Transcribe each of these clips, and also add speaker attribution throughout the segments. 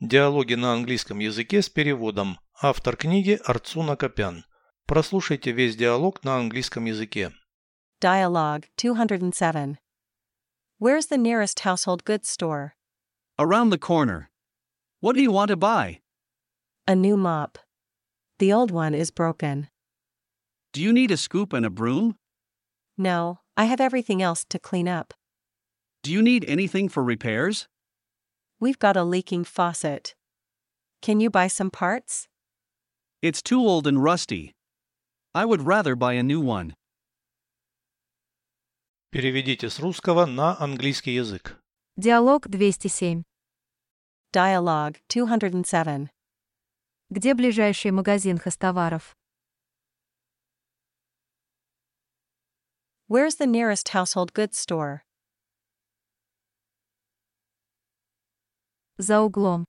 Speaker 1: Диалоги на английском языке с переводом. Автор книги Арцуна Копян. Прослушайте весь диалог на английском языке.
Speaker 2: Dialogue 207. Where's the nearest household goods store?
Speaker 3: Around the corner. What do you want to buy?
Speaker 2: A new mop. The old one is broken.
Speaker 3: Do you need a scoop and a broom?
Speaker 2: No, I have everything else to clean up.
Speaker 3: Do you need anything for repairs?
Speaker 2: We've got a leaking faucet. Can you buy some parts?
Speaker 3: It's too old and rusty. I would rather buy a new one.
Speaker 1: Переведите с русского на английский язык.
Speaker 4: Диалог 207.
Speaker 2: Dialogue 207.
Speaker 4: Где ближайший магазин хостоваров?
Speaker 2: Where's the nearest household goods store?
Speaker 4: За углом.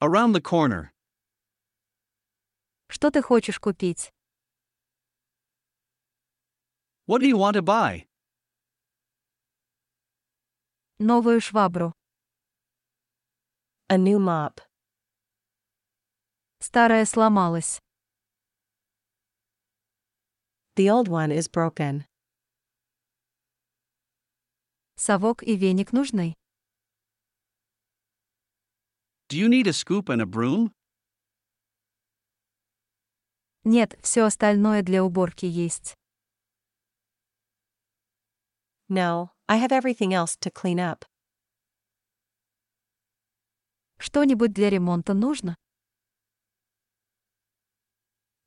Speaker 3: Around the corner.
Speaker 4: Что ты хочешь купить?
Speaker 3: What do you want to buy?
Speaker 4: Новую швабру.
Speaker 2: A new mop.
Speaker 4: Старая сломалась.
Speaker 2: The old one is broken.
Speaker 4: Совок и веник нужны.
Speaker 3: Do you need a scoop and a broom?
Speaker 4: Нет, все остальное для уборки есть.
Speaker 2: No, I have everything else to clean up.
Speaker 4: Что-нибудь для ремонта нужно?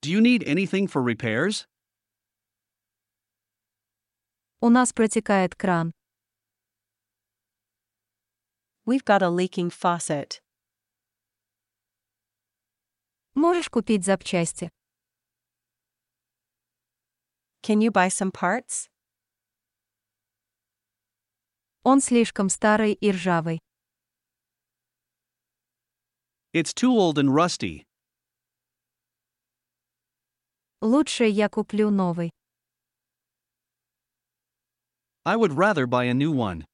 Speaker 3: Do you need anything for repairs?
Speaker 4: У нас протекает кран.
Speaker 2: We've got a leaking faucet.
Speaker 4: Можешь купить запчасти?
Speaker 2: Can you buy some parts?
Speaker 4: Он слишком старый и ржавый.
Speaker 3: It's too old and rusty.
Speaker 4: Лучше я куплю новый.
Speaker 3: I would rather buy a new one.